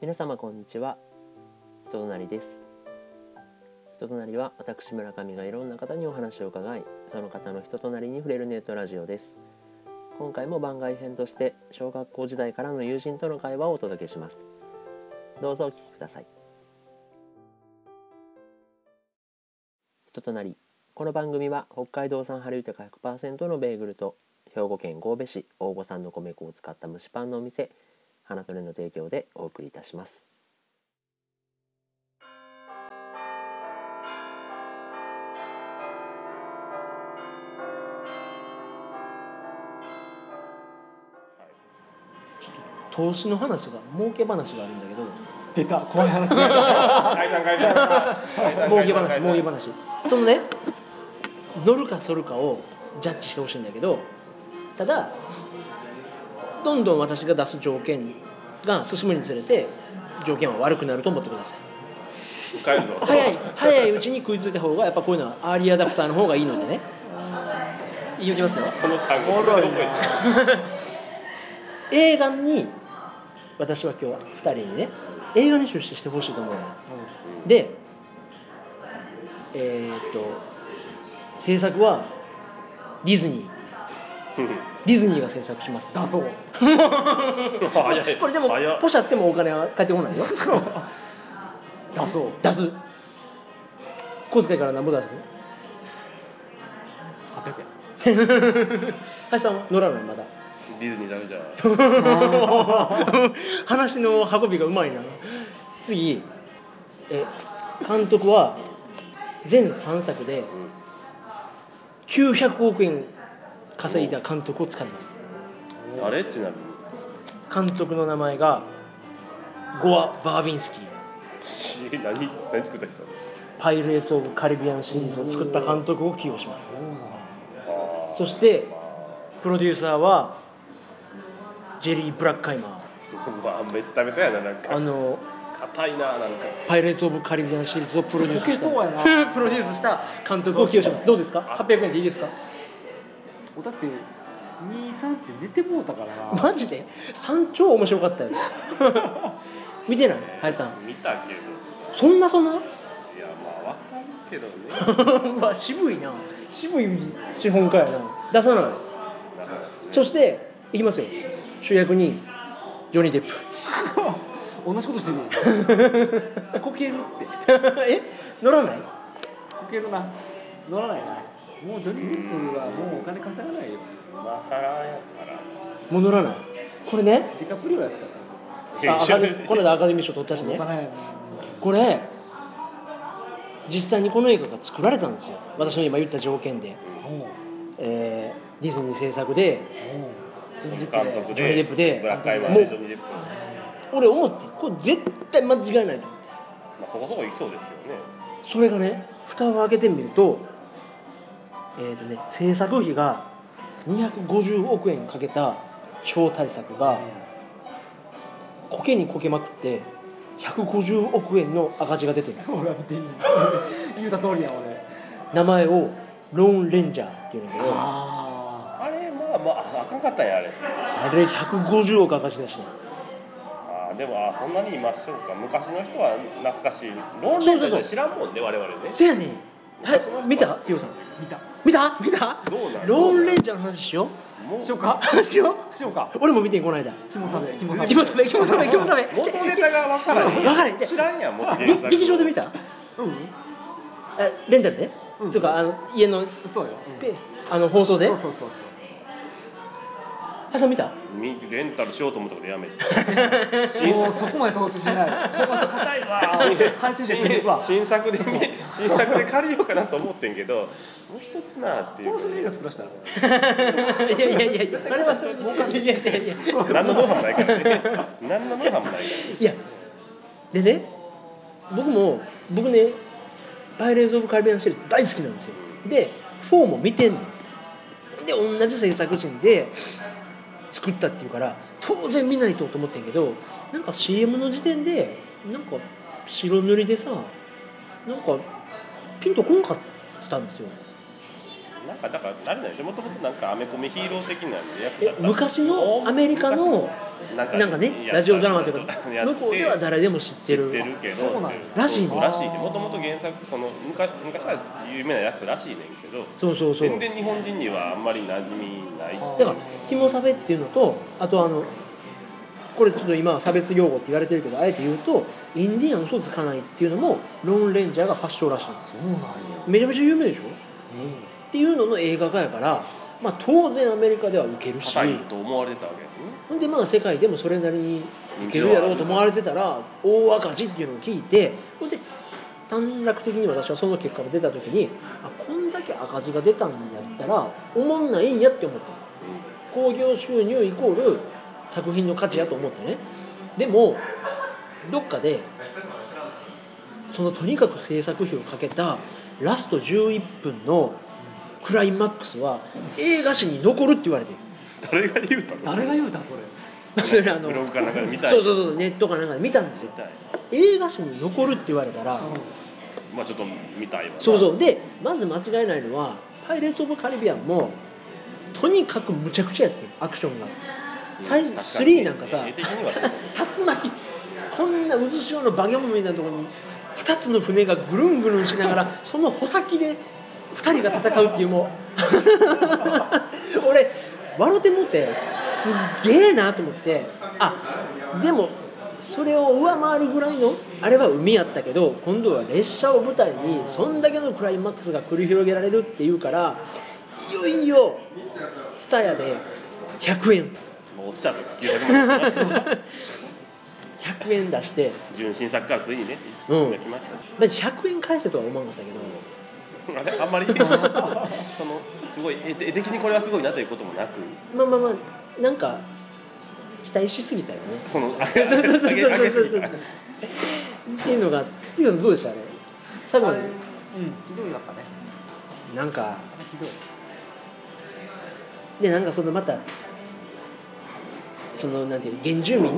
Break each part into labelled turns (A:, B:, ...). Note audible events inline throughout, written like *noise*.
A: 皆様こんにちは人となりです人となりは私村上がいろんな方にお話を伺いその方の人となりに触れるネットラジオです今回も番外編として小学校時代からの友人との会話をお届けしますどうぞお聞きください人となりこの番組は北海道産春豊100%のベーグルと兵庫県神戸市大御産の米粉を使った蒸しパンのお店花トレの提供でお送りいたします
B: 投資の話が儲け話があるんだけど
C: 出た怖い話だ
D: 解散解散
B: 儲け話儲け話そのね乗るかそるかをジャッジしてほしいんだけどただどんどん私が出す条件が進むにつれて条件は悪くなると思ってください
D: 帰るぞ
B: 早い早いうちに食いついた方がやっぱこういうのはアーリーアダプターの方がいいのでね言いきますよ
D: その単語
C: おもろいな
D: 覚えて
B: 映画に私は今日2人にね映画に出資してほしいと思うのよ、でえーっと制作はディズニーディズニーが制作します
C: 出そう
D: る早い
B: これでも
D: 早っ
B: ポシャってもお金は返ってこないよ
C: 出そう
B: 出す小遣いから何ぼ出すの800円 *laughs* 林さんは乗らないまだ
D: ディズニーダメじゃん
B: *laughs* 話の運びがうまいな次え監督は全3作で900億円稼いだ監督を使います
D: あれちなみに
B: 監督の名前がゴア・バービンスキー
D: し何何作った人
B: パイレーツ・オブ・カリビアンシリーズを作った監督を起用しますそしてプロデューサーはジェリー・ブラッカイマ
D: うわめっためたやななん
B: ーあ
D: か
B: の
D: 硬いななんか
B: パイレーツ・オブ・カリビアンシリーズをプロデュースした
C: こけそう
B: *laughs*
C: や
B: プロデュースした監督を起用しますどうですか800円でいいですか
C: だって兄さんって寝てもうたからな
B: マジで3超面白かったよ *laughs* 見てない林さん
D: 見たけど
B: そんなそん *laughs* な
D: いやまあわかるけどね
B: うわ渋いな渋い資本家やな出さないそしていきますよ主役にジョニー・デップ
C: *laughs* 同じことしてるよこけるって
B: *laughs* え乗らない
C: こけるな乗らないなもうジョニー・デップはもうお金稼がないよ
D: 今更やから
B: もう乗らないこれね
C: ディカプリオやったら
D: い
B: あ
D: や
B: ア
D: 一
B: カ
D: 緒
B: デミ
D: に
B: ーこの間アカデミー賞取ったしね
C: お金や
B: これ実際にこの映画が作られたんですよ私の今言った条件で、
C: もんもう
B: えーディズニー制作で
C: *laughs* もうジョニー・デップ
D: 監督
C: で
D: で
B: ジョニーデップで
D: ブラックアイマンで
B: もう
D: ジョニー・デップま
B: 俺思ってこれ絶対間違いないと思って
D: あそこそこいきそうですけどね
B: それがね蓋を開けてみるとえっ、とね制作費が250億円かけた超大作がこけにこけまくって150億円の赤字が出てる
C: ほら見てみ言うた通りや俺
B: 名前をローンレンジャーっていうんだけど
C: あ
D: あれまあまああかんかったんやあれ
B: あれ150億赤字出してる
D: あーでもあーそんなにいましょうか昔の人は懐かしいローンレンジャーって知らんもんね我々ね
B: せやねんはい見たひよさん
C: あ見た
B: 見た見た
D: どうなん
B: ローンレンジャーの話しよ
D: もう
C: しようか
B: うしよ
C: しようか
B: う俺も見てんこの間
C: キモサメキモサメ
B: キモサメキモ *laughs* サメキモサメ
D: 元ネタがわからない
B: わからへん
D: *laughs* 知らんやん元原
B: び
D: 作
B: 劇場で見た
C: うん
B: えレンタルで、
C: うん
B: とかあの家の
C: そうよ、うん
B: ペあの放送で
C: そうそうそうそう
B: 橋さん見た
D: みレンタルしようと思ったことやめて
C: もうそこまで投資しない。この人硬いわ。反省してついていくわ。こ
D: 新作でね新作で借りようかなと思ってんけどもう一つなっていう
C: の人の映画作らしたら。
B: *laughs* いやいやいやいやそれはそれでいやいやいやいや
D: 何のノウハウもないからね *laughs* 何のノウハウもないか
B: いやでね僕も僕ね「パイレーズ・オブ・カリビアン」シリーズ大好きなんですよで4も見てんねんで同じ制作陣で作ったっていうから当然見ないとと思ってんけどなんか CM の時点でなんか白塗りでさなんかピンとこんかったんですよ
D: なんかだからあれなんでしょもともとなんかアメコミヒーロー的なやつだ
B: え
D: った
B: 昔のアメリカのなんかねラジオドラマというか向こうでは誰でも知ってる
D: 知ってるけど
C: そうなんや
B: らしいね
D: そうらしいもともと原作その昔昔から有名なやつらしいねんけど
B: そうそうそう
D: 全然日本人にはあんまり馴染みない
B: だからキモ差別っていうのとあとあのこれちょっと今は差別用語って言われてるけどあえて言うとインディアン嘘つかないっていうのもローンレンジャーが発祥らしいんです
C: そうなんや
B: めちゃめちゃ有名でしょ
C: うん
B: っていうのの映画化やから、まあ、当然アメリカではウケるし
D: 硬いと思われてたわけやね
B: ほんでまあ世界でもそれなりにウケるやろうと思われてたら大赤字っていうのを聞いてほんで短絡的に私はその結果が出た時にあこんだけ赤字が出たんやったらおもんないんやって思ったの興行収入イコール作品の価値やと思ってねでもどっかでそのとにかく制作費をかけたラスト11分のクライマックスは映画史に残るって言われてる
D: 誰が言うたの
C: 誰が言うたんそれ
B: そ *laughs* れあの
D: ブログかなんかで見たい
B: そうそうそうネットかなんかで見たんですよ
D: 見たい
B: 映画史に残るって言われたら
D: まあちょっと見たいわな
B: そうそうでまず間違いないのは「パイレーツ・オブ・カリビアン」もとにかくむちゃくちゃやってんアクションが最
D: 確かに
B: 3なんかさ
D: 絵的にはそうかも
B: 竜巻こんな渦潮の化け物みたいなところに2つの船がぐるんぐるんしながらその穂先で2人が戦うっていうもう *laughs* 俺笑ってもってすっげえなと思ってあでもそれを上回るぐらいのあれは海やったけど今度は列車を舞台にそんだけのクライマックスが繰り広げられるっていうからいよいよ TSUTAYA で100円
D: もう落ちたと地球作も落ちました
B: 100円出して。
D: 純真作からついにね、
B: うん
D: 来ました
B: まず100円返せとは思わなかったけど
D: あれあんまり *laughs* そのすごい絵絵的にこれはすごいなということもなく
B: まあまあまあなんか期待しすぎたよね
D: そのあげあげあげすぎた
B: っていうのが杉野さんどうでしたあれ最後まで
C: うんひどいだったね
B: なんか
C: あれひどい
B: でなんかそのまたそのなんていう原住民っ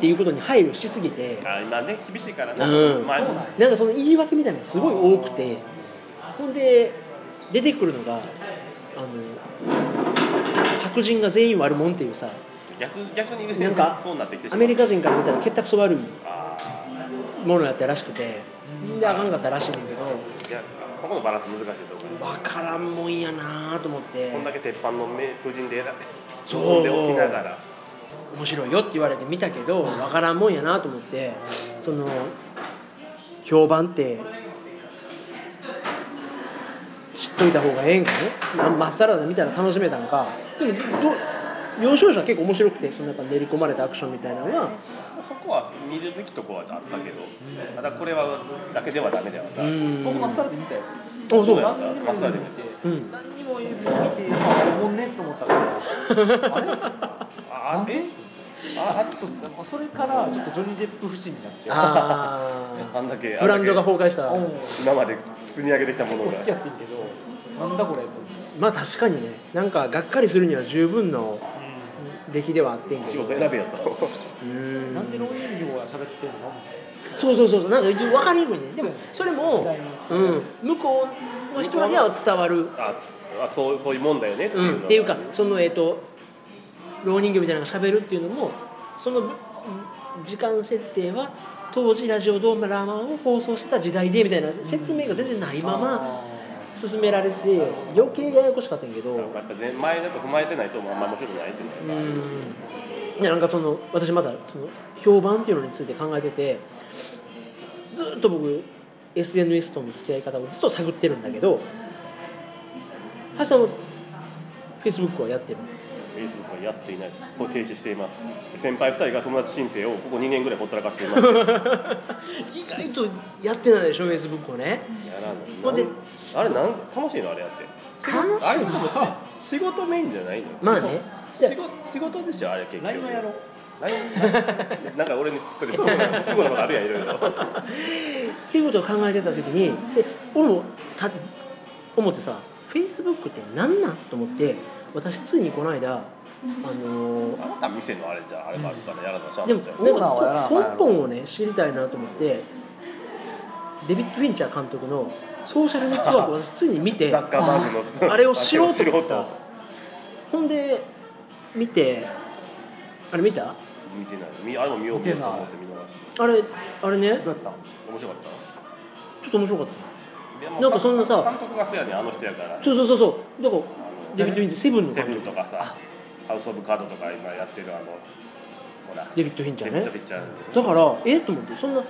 B: ていうことに配慮しすぎて
D: あ今ね厳しいからな、
B: うん
D: まあ
C: そうなんや
B: なんかその言い訳みたいなのがすごい多くてほんで出てくるのがあの白人が全員悪者っていうさ
D: 逆逆にね
B: なんか
D: そうなってきてしま
B: ア
D: う
B: メリカ人から見たら結託そ悪い
D: あ
B: ものやったらしくてであかんかったらしいねんだけど
D: ーいやそこのバランス難しいところ
B: 分からんもんやなと思って
D: こんだけ鉄板の名婦人で選
B: そう
D: ぶで起きながら
B: 面白いよって言われて見たけど分からんもんやなと思ってその評判って知っといた方がええんかねままっさらで見たら楽しめたんかでもど幼少者は結構面白くてそのやっぱ練り込まれたアクションみたいなのは
D: そこは見るべきとこはあったけど、ただこれはだけではダメだよな、
B: う
C: 僕まっ
B: ん
C: さらで見たよ
B: あそう
D: や
C: 何にも言わずに見て
B: うん
C: 何にも言わずに見てあおもんねと思ったからあれ
D: ああえ
C: ああとそれからちょっとジョニー・デップ不信になって
D: あ
B: あ
D: んだけ
B: あブランドが
D: あんだ
B: 崩壊した
C: うん
D: け今まで積み上げてきたもの
C: 結
D: が
C: 構好きやってんけどなんだこれと思って
B: まあ確かにねなんかがっかりするには十分の出来ではあってんけど
D: 仕事選べよと。
B: うーん
C: なんで老人業が喋ってんの
B: そうそうそうそうなんか分かりにくいねでもそ
C: そ
B: れ
C: う
B: も
C: 時代に、
B: うん、向こうの人らには伝わる、
D: あつあそうそういうもんだよねって
B: う
D: い
B: ん、
D: う
B: っ
D: の
B: ていうかそのえっ、と老人形みたいなのが喋るっていうのもそのぶ時間設定は当時ラジオドームラーマンを放送した時代でみたいな説明が全然ないまま進められて余計ややこしかったんやけど。
D: やっぱね前だと踏まえてないともうあんま面白くないっていうの
B: うーんでなんかその私まだその評判っていうのについて考えててずーっと僕 SNS との付き合い方をずっと探ってるんだけど橋さんも Facebook はやってる
D: フェイスブックはやっていないですそう停止しています先輩2人が友達申請をここ2年ぐらいほったらかしていますやら
B: 意外とやってないでしょ Facebook をね
D: ない
B: ほんで
D: あれなん楽しいのあれやって仕
B: 楽しい
D: 事あれでもし仕事メインじゃないのよ
B: まあね
D: 仕事仕事でしょあれ結局
C: LINE はやろう
D: LINE *laughs* なんか俺につっとけ不都合な不都合なことあるやんいろいろ
B: っていうことを考えてた時にで俺もた思ってさ Facebook って何なんと思って私ついにこの間あのー
D: あなた店のあれじゃあれがあるからやらなしゃあ
B: で
D: な
B: も
D: いじゃん
B: で
C: オーナーはやら
B: も
C: な
B: こ根本をね知りたいなと思ってデビッド・フィンチャー監督のソーシャルネットワークを私ついに見て
D: ザッカーバーグの
B: あれをしろうと思って
D: あ *laughs*
B: さほんで見てあれ見た
D: 見てないみあれも見よう見ようと思って見逃し
B: あれあれね
C: どうやったの
D: て面白かった
B: ちょっと面白かった
D: でも
B: なんかそんなさ
D: 監督がそうやねんあの人やから
B: そうそうそうそうだからデビッド・フィンチャーセブンの
D: セ
B: 監
D: ブン
B: 督
D: とかさハウス・オブ・カードとか今やってるあのほら
B: デビッド・フィンチャー
D: デビッ
B: ね
D: ドピッチャー
B: だからえっと思ってそんな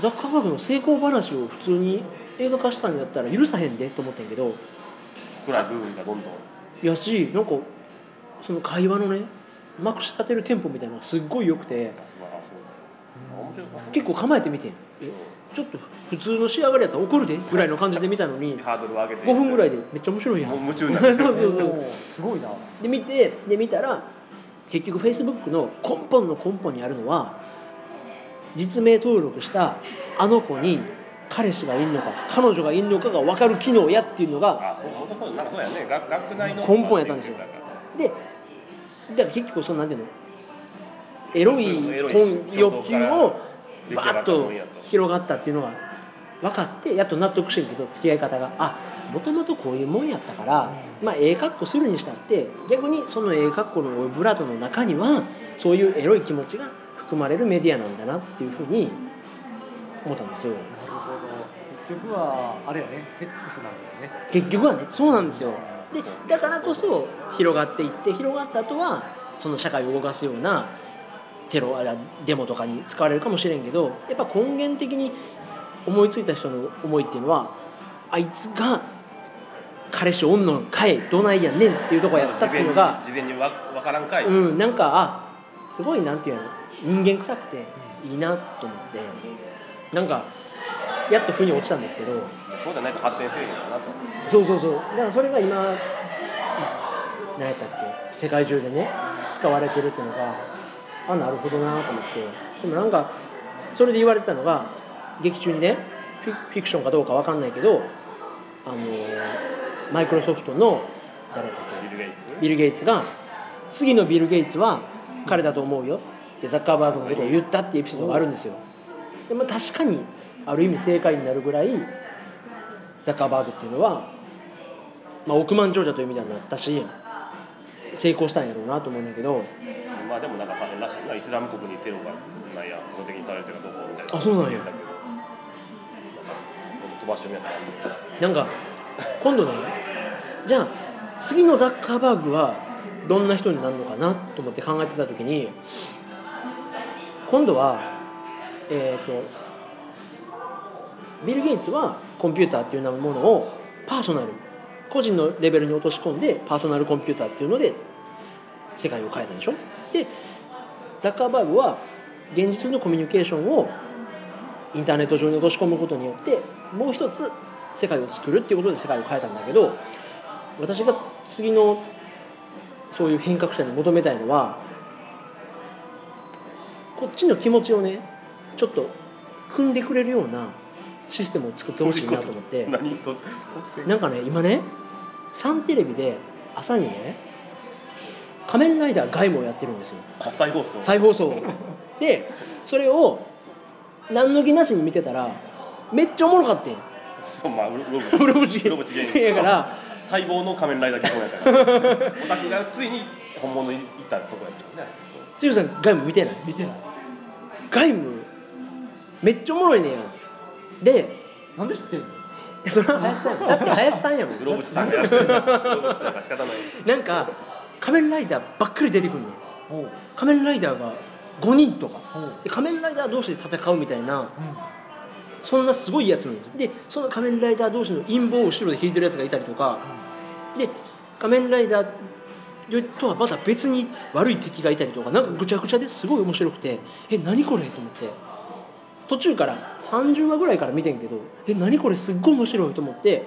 B: ザッカーバーグの成功話を普通に映画化したんだったら許さへんでと思ったんやけど
D: 暗い部分がどんどん
B: やしなんかその会話のねまくし立てるテンポみたいなのがすっごい良くて
D: あそうあそう面白かった
B: 結構構えてみてんえちょっと普通の仕上がりやったら怒るでぐらいの感じで見たのに
D: ハードルを上げて
B: 5分ぐらい
D: で
B: でめっちゃ面白いやん
D: もう夢中になって
B: *laughs*
D: る
B: そうそうそう
C: おーすごいな
B: で見てで見たら結局フェイスブックの根本の根本にあるのは実名登録したあの子に彼氏がいるのか彼女がいるのかが分かる機能やっていうのが
D: あそう本当そうなんかそうやね学学内の
B: 根本やったんですよ
D: だから
B: でだから結局そのなんていうのエロい
D: エロい
B: 根欲
D: 衝動か
B: 求
D: ら
B: を
D: 出来上
B: バー
D: が
B: ッ
D: ったも
B: と
D: んやと
B: 広がったっていうのが分かってやっと納得してるけど付き合い方があもともとこういうもんやったから、まあ、ええ格好するにしたって逆にそのええ格好のオブラートの中にはそういうエロい気持ちが含まれるメディアなんだなっていうふうに思ったんですよ
C: なるほど結局はあれやねセックスなんですね
B: 結局はねそうなんですよでだからこそ広がっていって広がった後はその社会を動かすようなテロあデモとかに使われるかもしれんけどやっぱ根源的に思いついた人の思いっていうのはあいつが彼氏おんのんかいどないやねんっていうとこやったっていうのが、
D: 事前に事前にわ分からんかい、
B: うん、なんかあすごいなんていうの人間臭くていいなと思ってなんかやっと腑に落ちたんですけど。
D: そうじゃないと発展せえへんかなと
B: そうそうそうだからそれが今何やったっけ世界中でね使われてるっていうのがあなるほどなと思ってでもなんかそれで言われてたのが劇中にねフィフィクションかどうかわかんないけどあのマイクロソフトの誰だっけ
D: ビル・ゲイツ
B: ビル・ゲイツが次のビル・ゲイツは彼だと思うよってザッカーバーグのことを言ったっていうエピソードがあるんですよでも確かにある意味正解になるぐらいザッカーバーグっていうのは、まあ、億万長者という意味ではなったし成功したんやろうなと思うんだけど
D: まあでもなんか大変らしいなイスラム国にテロがなんや法的にされてるかどうかみたいな
B: あそうなんや
D: だけどなんか飛ばし読みやったか
B: な
D: ら
B: んか今度ねじゃあ次のザッカーバーグはどんな人になるのかなと思って考えてた時に今度はえっ、とビル・ゲイツはコンピューターっていうようなものをパーソナル個人のレベルに落とし込んでパーソナルコンピューターっていうので世界を変えたでしょでザッカーバーグは現実のコミュニケーションをインターネット上に落とし込むことによってもう一つ世界を作るっていうことで世界を変えたんだけど私が次のそういう変革者に求めたいのはこっちの気持ちをねちょっと組んでくれるようなシステムを作ってほしいなと思って
D: 何と突然
B: なんかね今ねサンテレビで朝にね「仮面ライダーガイム」をやってるんですよ
D: あ再放送
B: 再放送 *laughs* でそれを何の気なしに見てたらめっちゃおもろかったんよ
D: そうまあウロブ
B: 室伏
D: ウロブチ
B: *laughs*
D: ゲ
B: だから
D: 待望の仮面ライダー脚本やからオタクがついに本物に行ったとこやったね
B: しげさんガイム見てない
C: 見てない
B: ガイムめっちゃおもろいねんやで
C: なんで知ってんの
B: それは林さんだって林さんやもん
D: ウロブチさんがやってるウロブチさんが仕方ない
B: なんか仮面ライダーばっかり出てくんねん
C: ほう
B: 仮面ライダーが5人とか
C: ほう
B: で仮面ライダー同士で戦うみたいな
C: うん
B: そんなすごいやつなんですよでその仮面ライダー同士の陰謀を後ろで引いてるやつがいたりとかで仮面ライダーとはまた別に悪い敵がいたりとかなんかぐちゃぐちゃですごい面白くてえ何これと思って途中から30話ぐらいから見てんけどえ何これすっごい面白いと思って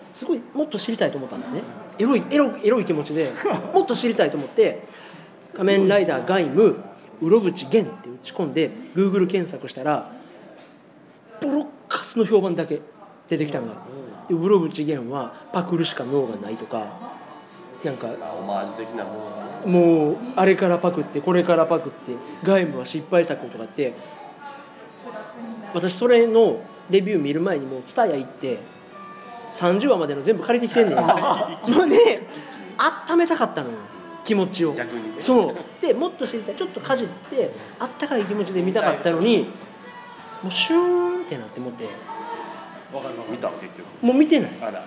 B: すごいもっと知りたいと思ったんですねエロいエロエロい気持ちでもっと知りたいと思って「仮面ライダーガイムうろぶちげん」って打ち込んで Google 検索したらボロッカスの評判だけ出てきたんがでうろぶちげんはパクるしか脳がないとかなんか
D: オマージュ的なもん
B: もうあれからパクってこれからパクって外務は失敗作とかって私それのレビュー見る前にもう蔦屋行って30話までの全部借りてきてん
D: *laughs*
B: ねんもうね温めたかったのよ気持ちを
D: 逆にね
B: そうでもっと知りたいちょっとかじってあったかい気持ちで見たかったのにもうシューンってなって思って
C: わかるわか
D: 見
C: る
D: た結局
B: もう見てない
D: あら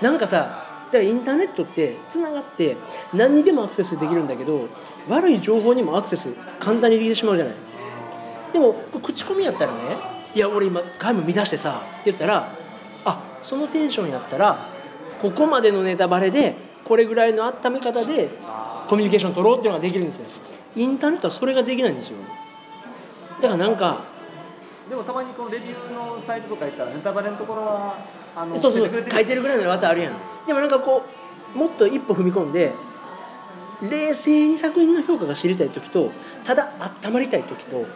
B: なんかさだからインターネットってつながって何にでもアクセスできるんだけど悪い情報にもアクセス簡単にできてしまうじゃないでもこれ口コミやったらね「いや俺今ガム見出してさ」って言ったら「あそのテンションやったらここまでのネタバレでこれぐらいの温め方でコミュニケーション取ろう」っていうのができるんですよインターネットはそれができないんですよだからなんか
C: でもたまにこのレビューのサイトとか行ったらネタバレのところはあの
B: そうそう
C: 教えてく
B: 書い
C: れ
B: て
C: てる
B: るぐらいの技あるやんでもなんかこうもっと一歩踏み込んで冷静に作品の評価が知りたい時とただ温まりたい時と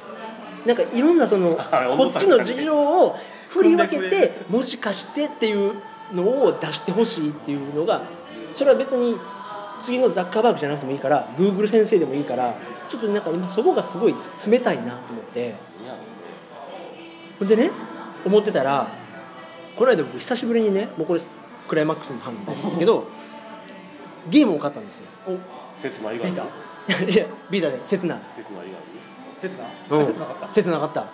B: なんかいろんなそ
C: *laughs*
B: の
D: あ
B: こっちの事情を振り分けてもしかしてっていうのを出してほしいっていうのがそれは別に次のザッカーバーグじゃなくてもいいからグーグル先生でもいいからちょっとなんか今そこがすごい冷たいなと思って。
D: いや
B: ほんでね思ってたらこの間僕久しぶりにねもうこれクライマックスの判断ですけどゲームを買ったんですよ
D: 切ない以
C: ビ
D: 外
C: ー
D: に
C: タ
B: いやビータで切ない
D: 切ない以
C: 切な、
B: うん
C: 切なかった
B: 切なかった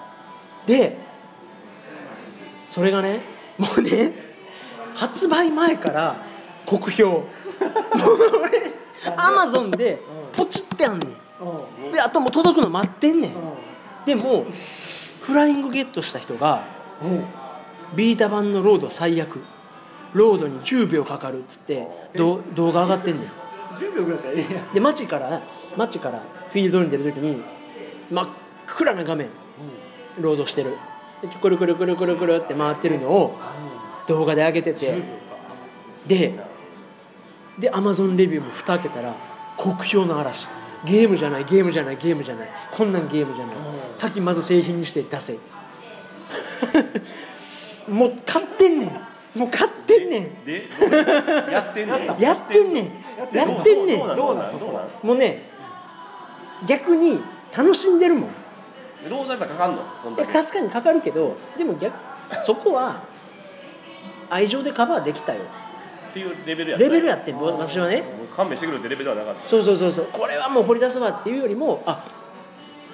B: でそれがねもうね発売前から酷評もう俺アマゾンでポチってあんね
C: うんうん
B: んであともう届くの待ってんねんでもフライングゲットした人がビータ版のロード最悪ロードに10秒かかるっつってどう動画上がってんねん
C: 10秒ぐらいだったらいいやん
B: で街から街からフィールドに出る時に真っ暗な画面ロードしてるでちょくるくるくるくるくるって回ってるのを動画で上げててででアマゾンレビューも蓋開けたら酷評の嵐ゲームじゃないゲームじゃないゲームじゃないこんなんゲームじゃないさっきまず製品にして出せ *laughs* もう買ってんねんもう買ってんねん
D: 外にでどうやってんねん
B: やってんねんやってんねん
D: どうなんどうなんどうなん
B: もうね逆に楽しんでるもん
D: ロードやっぱかかんのそん
B: え
D: だけ
B: 確かにかかるけどでも逆そこは愛情でカバーできたよ
D: っていうレベルやった
B: レベルやってぼ私はね
D: もう勘弁してくれってレベルではなかっ
B: そうそうそうそうこれはもう掘り出すわっていうよりもあ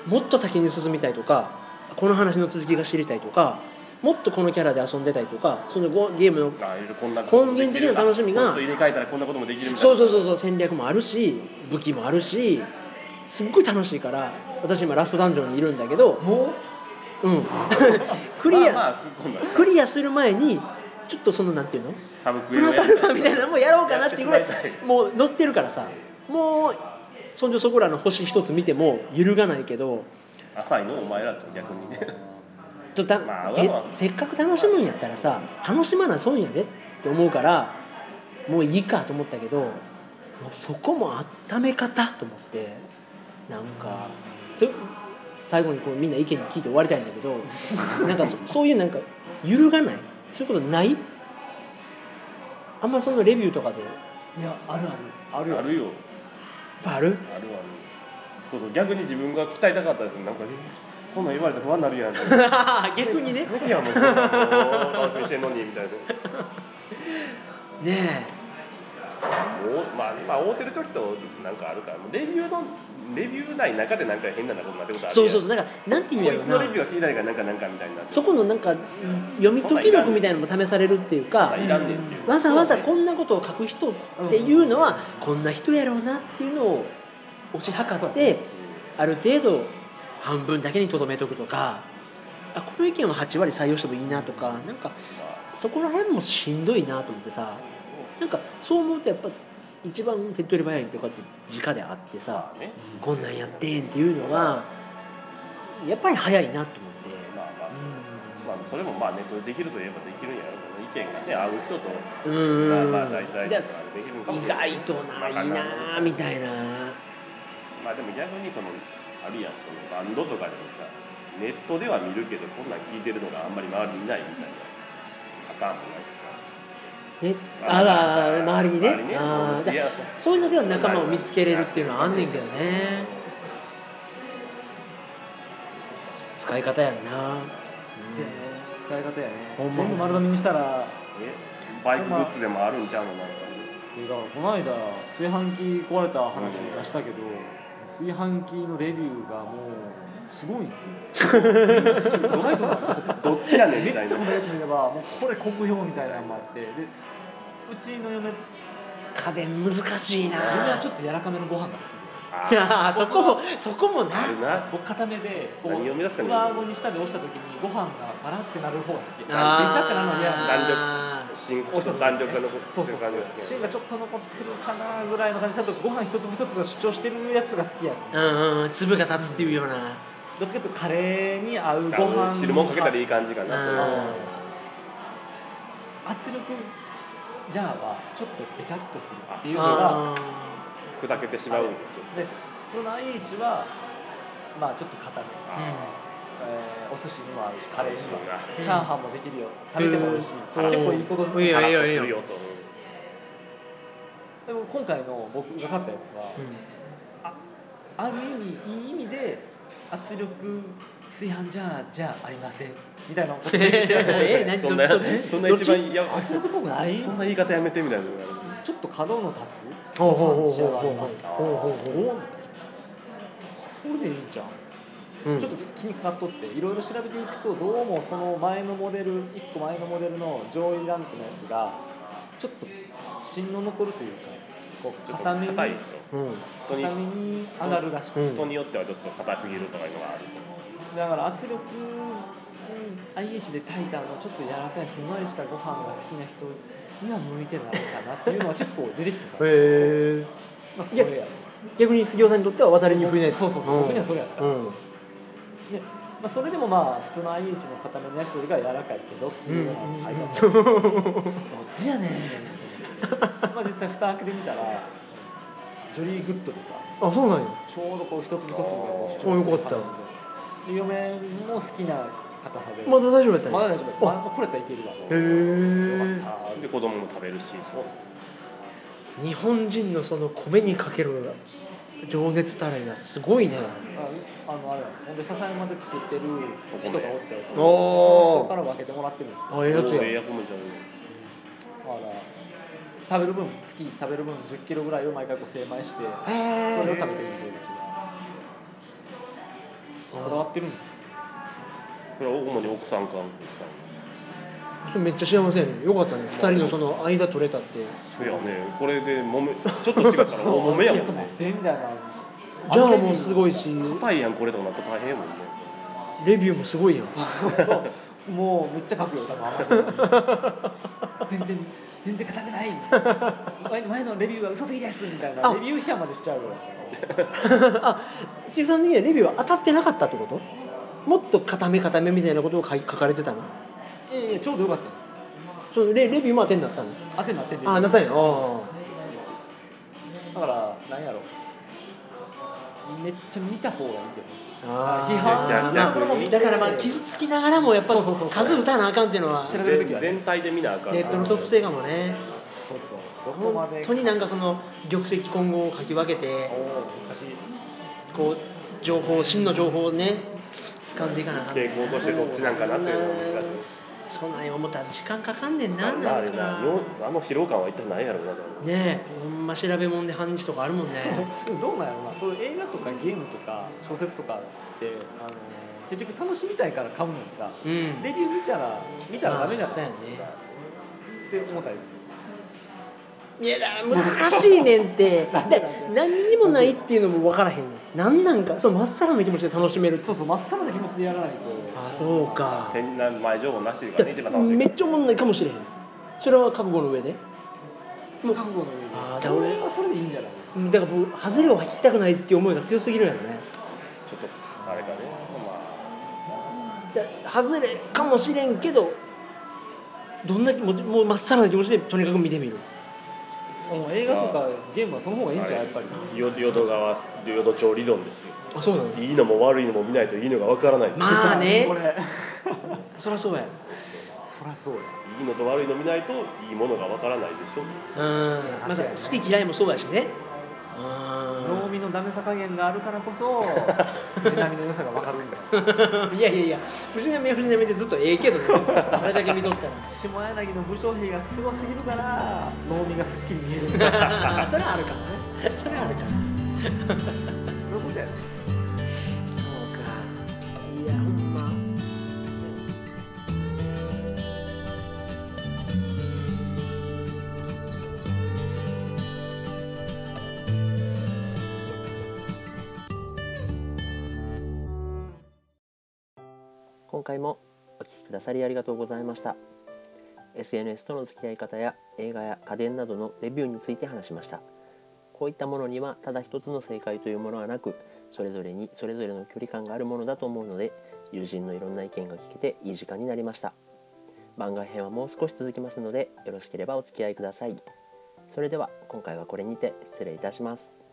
B: もっと先に進みたいとかこの話の続きが知りたいとかもっとこのキャラで遊んでたりとかそのごゲームの
D: たあいろいろこんな
B: 根源的な楽しみが
D: コスト入れ替えたらこんなこともできるみたい
B: そ
D: な
B: うそうそううそう戦略もあるし武器もあるしすっごい楽しいから私今ラストダンジョンにいるんだけど
C: もう
B: うん *laughs* クリア、
D: まあまあすっごいな
B: クリアする前にちょっとそのなんていうの
D: サブク
B: プ
D: エを
B: ラ
D: や
B: スアルファみたいなのもやろうかなっていうぐらい
D: やってしまいた
B: もう乗ってるからさもうそんじょそこらの星一つ見ても揺るがないけど
D: 浅いのお前らと逆にね
B: ちょっとた
D: まあ
B: え
D: まあ
B: せっかく楽しむんやったらさ楽しまな損やでって思うからもういいかと思ったけどもうそこも温め方と思ってなんかそ最後にこうみんな意見聞いて終わりたいんだけど
D: *laughs*
B: なんかそそういうなんか揺るがないそういうことないあんまそのレビューとかで
C: いやあるある
D: あるよ
B: あ
D: *laughs*
B: る
D: あるあるそうそう逆に自分が鍛えたかったですなんかえそんなん言われて不安になるやん
B: 逆にね
D: 見てやもうそん *laughs* なの楽しみにしてんのにみたいな
B: ね
D: おまあまあ会うてる時となんかあるからもうレビューのレビューない中でなんか変なことになってこ
B: え
D: とあるやん
B: そうそうそうだからなんていうん
D: こ
B: や
D: い
B: ろ
D: つ
B: う
D: の
B: な
D: レビューが聞いたいからなんかなんかみたいになって
B: そこのなんか読み解き力みたいなのも試されるっていうか
D: あいらんねんっていう
B: わざわざこんなことを書く人っていうのはこんな人やろうなっていうのを推し量ってある程度半分だけにとどめとくとかあこの意見は8割採用してもいいなとかなんかそこら辺もしんどいなと思ってさなんかそう思うとやっぱ一番手っ取り早いとかって直であってさ
D: ね
B: こんなんやってんっていうのはやっぱり早いなと思って。
D: まあまあまあそれもまあネットでできるといえばできるんやろうけど意見がね合う人と
B: う
D: まあ
B: ん、
D: まあ大体
B: で
D: できるんかも
B: 意
D: しれない
B: 外とな
D: わか
B: い
D: んない
B: なあみたいな
D: まあでも逆にそのあるやんそのバンドとかでもさネットでは見るけどこんなん聞いてるのがあんまり周りにいないみたいなパターンもないですか
B: ね
D: あ
B: あら周りにね
D: 周りね
B: あー
D: いや
B: だそういうのでは仲間を見つけれるっていうのはあんねんけどね使い方やんな
C: そうやね使い方やね
B: ほんま
C: 全部丸飲みにしたら
D: えバイクグッズでもあるんちゃうのなんか
C: えだからこの間炊飯器壊れた話がしたけど、炊飯器のレビューがもうすごいんですよ高いと思ったんですよ
D: どっちやねん
C: め
D: み
C: った
D: い
C: ち
D: な
C: ゃ褒めるやつ見ればもうこれ酷評みたいなのもあってでうちの嫁嫁
B: 家電難しい
C: は
B: な
C: ちょっと柔らかめのご飯が好きで
D: あー
B: あ *laughs* ーそこもそこもな
D: あるな
C: 僕固めでこう
D: 何を目指すかね
C: 上顎に下で押した時にご飯がバラってなる方が好き出ち
B: あー
C: ゃってなるの嫌なんで
D: 弾新ちょっと弾力が残って
C: そうそう
D: る
C: そう
D: 感じです
C: 芯
D: ね
C: がちょっと残ってるかなぐらいの感じだとご飯一粒一粒が主張してるやつが好きやね
B: うんうん粒が立つっていうような
C: どっちかというとカレーに合うご
D: あ
C: 飯
D: の汁もんかけたらいい感じか
B: うん
D: な
C: 圧力ジャーはちょっとべちゃっとするっていうのが
B: あ
D: 砕けてしまうんですよ
C: で普通の IH はまあちょっと硬め、
D: あ
C: えーお寿司にも合うしカレーにも合
B: うん
C: うチャーハンもできるよされても美味しい
B: うん
C: 結構いいことずつ
B: いいよ
D: あ
B: いいよ
D: 腹立
B: い
D: つ
B: いよ
D: よと
C: でも今回の僕が買ったやつは、
B: うんうん
C: ある意味いい意味で圧力炊飯ジャーじゃありませんみたいなことを言って
B: *laughs*
C: ます
B: え何
D: そん
B: どっちどっ
D: な
B: ち
D: そんな一番や
C: 圧力っぽくない
D: そんな言い方やめてみたいなのがある
C: ちょっと角の立つ
B: ほうほうほう
C: 感じはあ
B: ほう
C: ります
B: ほうほうほう
C: おこれでいいんちゃう
B: うん
C: ちょっと気にかかっとっていろいろ調べていくとどうもその前のモデル1個前のモデルの上位ランクのやつがちょっと芯の残るというかこう
D: ちょっと
C: 硬めに
D: 硬い
C: 硬
D: と
B: うん
D: 人
C: め
D: に
C: に上がるらしく
B: う
C: て
B: ん、
D: 人によってはちょっと硬すぎるとかいうのがある
C: だから圧力うん IH で炊いたあのちょっと柔らかいふんわりしたご飯が好きな人には向いてないかなっていうのは結構出てきてさ
B: へえ
C: まあ、これや
B: 逆に杉尾さんにとっては渡りに
C: に
B: 不
C: 不
B: 意
C: 意
B: な
C: な
B: や
C: や
B: つ
C: つうんうんで、まあ、それでもまあ普通の IH の固めのやつよりかは柔らかいけどっていうのが書いてあった、
B: *laughs*
C: どっちやねんまあ実際蓋開けてみたらジョリーグッドでさ
B: あそうなんや
C: ちょうどこう一粒一粒がこう主
B: あー
C: 張す
B: よ
C: る感じで
B: かっ
C: で嫁も好きな硬さで
B: まだ大丈夫やったんや
C: まだ大丈夫
B: あ
C: まあこれやったらいけるわ
B: へ
C: よ
B: え
C: かった
D: で子供も食べるし
C: そうそう
B: 日本人のその米にかける情熱たらいがすごいね
C: ああのあれなんですほんで笹山で作ってる人がおってそ
B: おー
C: の人から分けてもらってるんですよ
B: あええやつ
D: ええ
B: や
D: やつもじゃ
C: まだ食べる分月食べる分1 0キロぐらいを毎回こう精米してそ
B: へ
C: れを
B: え
C: 食べてるんでうちがこだわってるんですよ
D: これは主に奥さんか奥さん
B: それめっちゃ幸せやねよかったね二人のその間取れたって
D: そうやねこれで揉めちょっと違ったら大揉めや
C: ちょっ
D: も
C: と
D: んね
C: 待ってみたいな
B: じゃあもうすごいし
D: 硬いやんこれとかなったら大変やもんね
B: レビューもすごいやん
C: そうもうめっちゃ書くよ多分 Amazon に全然全然硬くないみたいな前前のレビューは嘘すぎですみたいな
B: あ
C: レビュー批判までしちゃうよ
B: 鈴木さん的にはレビューは当たってなかったってこともっと固め固めみたいなことを書い書かれてたの
C: いやいやちょうどよかったよ
B: そのレレビューも当てになったの
C: 当てになってて
B: ああなったんやああ
C: だから何やろめっちゃ見た方がいいけど
B: ああ
C: 批判するところも見て
B: だからまあ傷つきながらもやっぱ
C: そうそうそうそう
B: 数打たなあかんっていうのは
C: 知られる時はね
D: 全体で見なあかん
B: ネットのトップ性かもね
C: そうそうどこま
B: 本
C: で
B: 当になんかその玉石混合を書き分けて
C: おお難しい
B: こう情報真の情報をね掴んでいかなあかんね
D: 傾向としてどっちなんかなっていうのが
B: そんなん思ったら時間かかんねんななん
D: あれ
B: か
D: なよあの疲労感は一体何やろうな多分
B: ねえほんま調べもんで半日とかあるもんね
C: でもどうなんやろうなそういう映画とかゲームとか小説とかって、あのー結局楽しみたいから買うのにさ、
B: うん
C: レビュー見たら見たらダメじゃな
B: ま
C: い、
B: あそうやね
C: って思ったりする
B: *laughs* いやだ難しいねんってで何にもないっていうのも分からへんねんなんなんかそうまっさらの気持ちで楽しめる
C: そうそうまっさらな気持ちでやらないと
B: あそうか
D: 店内前情報なしで
B: だ
D: からね一番楽しい
B: めっちゃおもんないかもしれへんそれは覚悟の上で
C: その覚悟の上
B: あー
C: に
B: じゃあ
C: そ
B: 俺
C: れはそれでいいんじゃない
B: うんだから僕ハズレを引きたくないっていう思いが強すぎるやろね
D: ちょっとあれかねま
B: だハズレかもしれんけどどんな気持ちもうまっさらな気持ちでとにかく見てみる
C: もう映画とかゲームはその方がいいんじゃんやっぱり
D: あよ淀川淀町理論ですよ
B: あそうなの
D: いいのも悪いのも見ないといいのがわからない、
B: まあね
C: これ
B: そりゃそうや
C: *laughs* そりゃそうや
D: いいのと悪いの見ないといいものがわからないでしょ
B: うんまあさ好き嫌いもそうやしね
C: 能見のダメさ加減があるから
B: *laughs*
C: こそ藤波の良さが分かるんだ
B: いやいやいや藤波は藤波でずっとええけどねあれだけ見とった *laughs* ら
C: 下柳の武将兵がすごすぎる
B: *laughs*
C: から能見がすっきり見えるん
B: それ
C: だ
B: はあるかもねそれはあるかも
C: *laughs* そういうことやね
B: そうかいやほんま
A: 今回もお聴きくださりありがとうございました SNS との付き合い方や映画や家電などのレビューについて話しましたこういったものにはただ一つの正解というものはなくそれぞれにそれぞれの距離感があるものだと思うので友人のいろんな意見が聞けていい時間になりました番外編はもう少し続きますのでよろしければお付き合いくださいそれでは今回はこれにて失礼いたします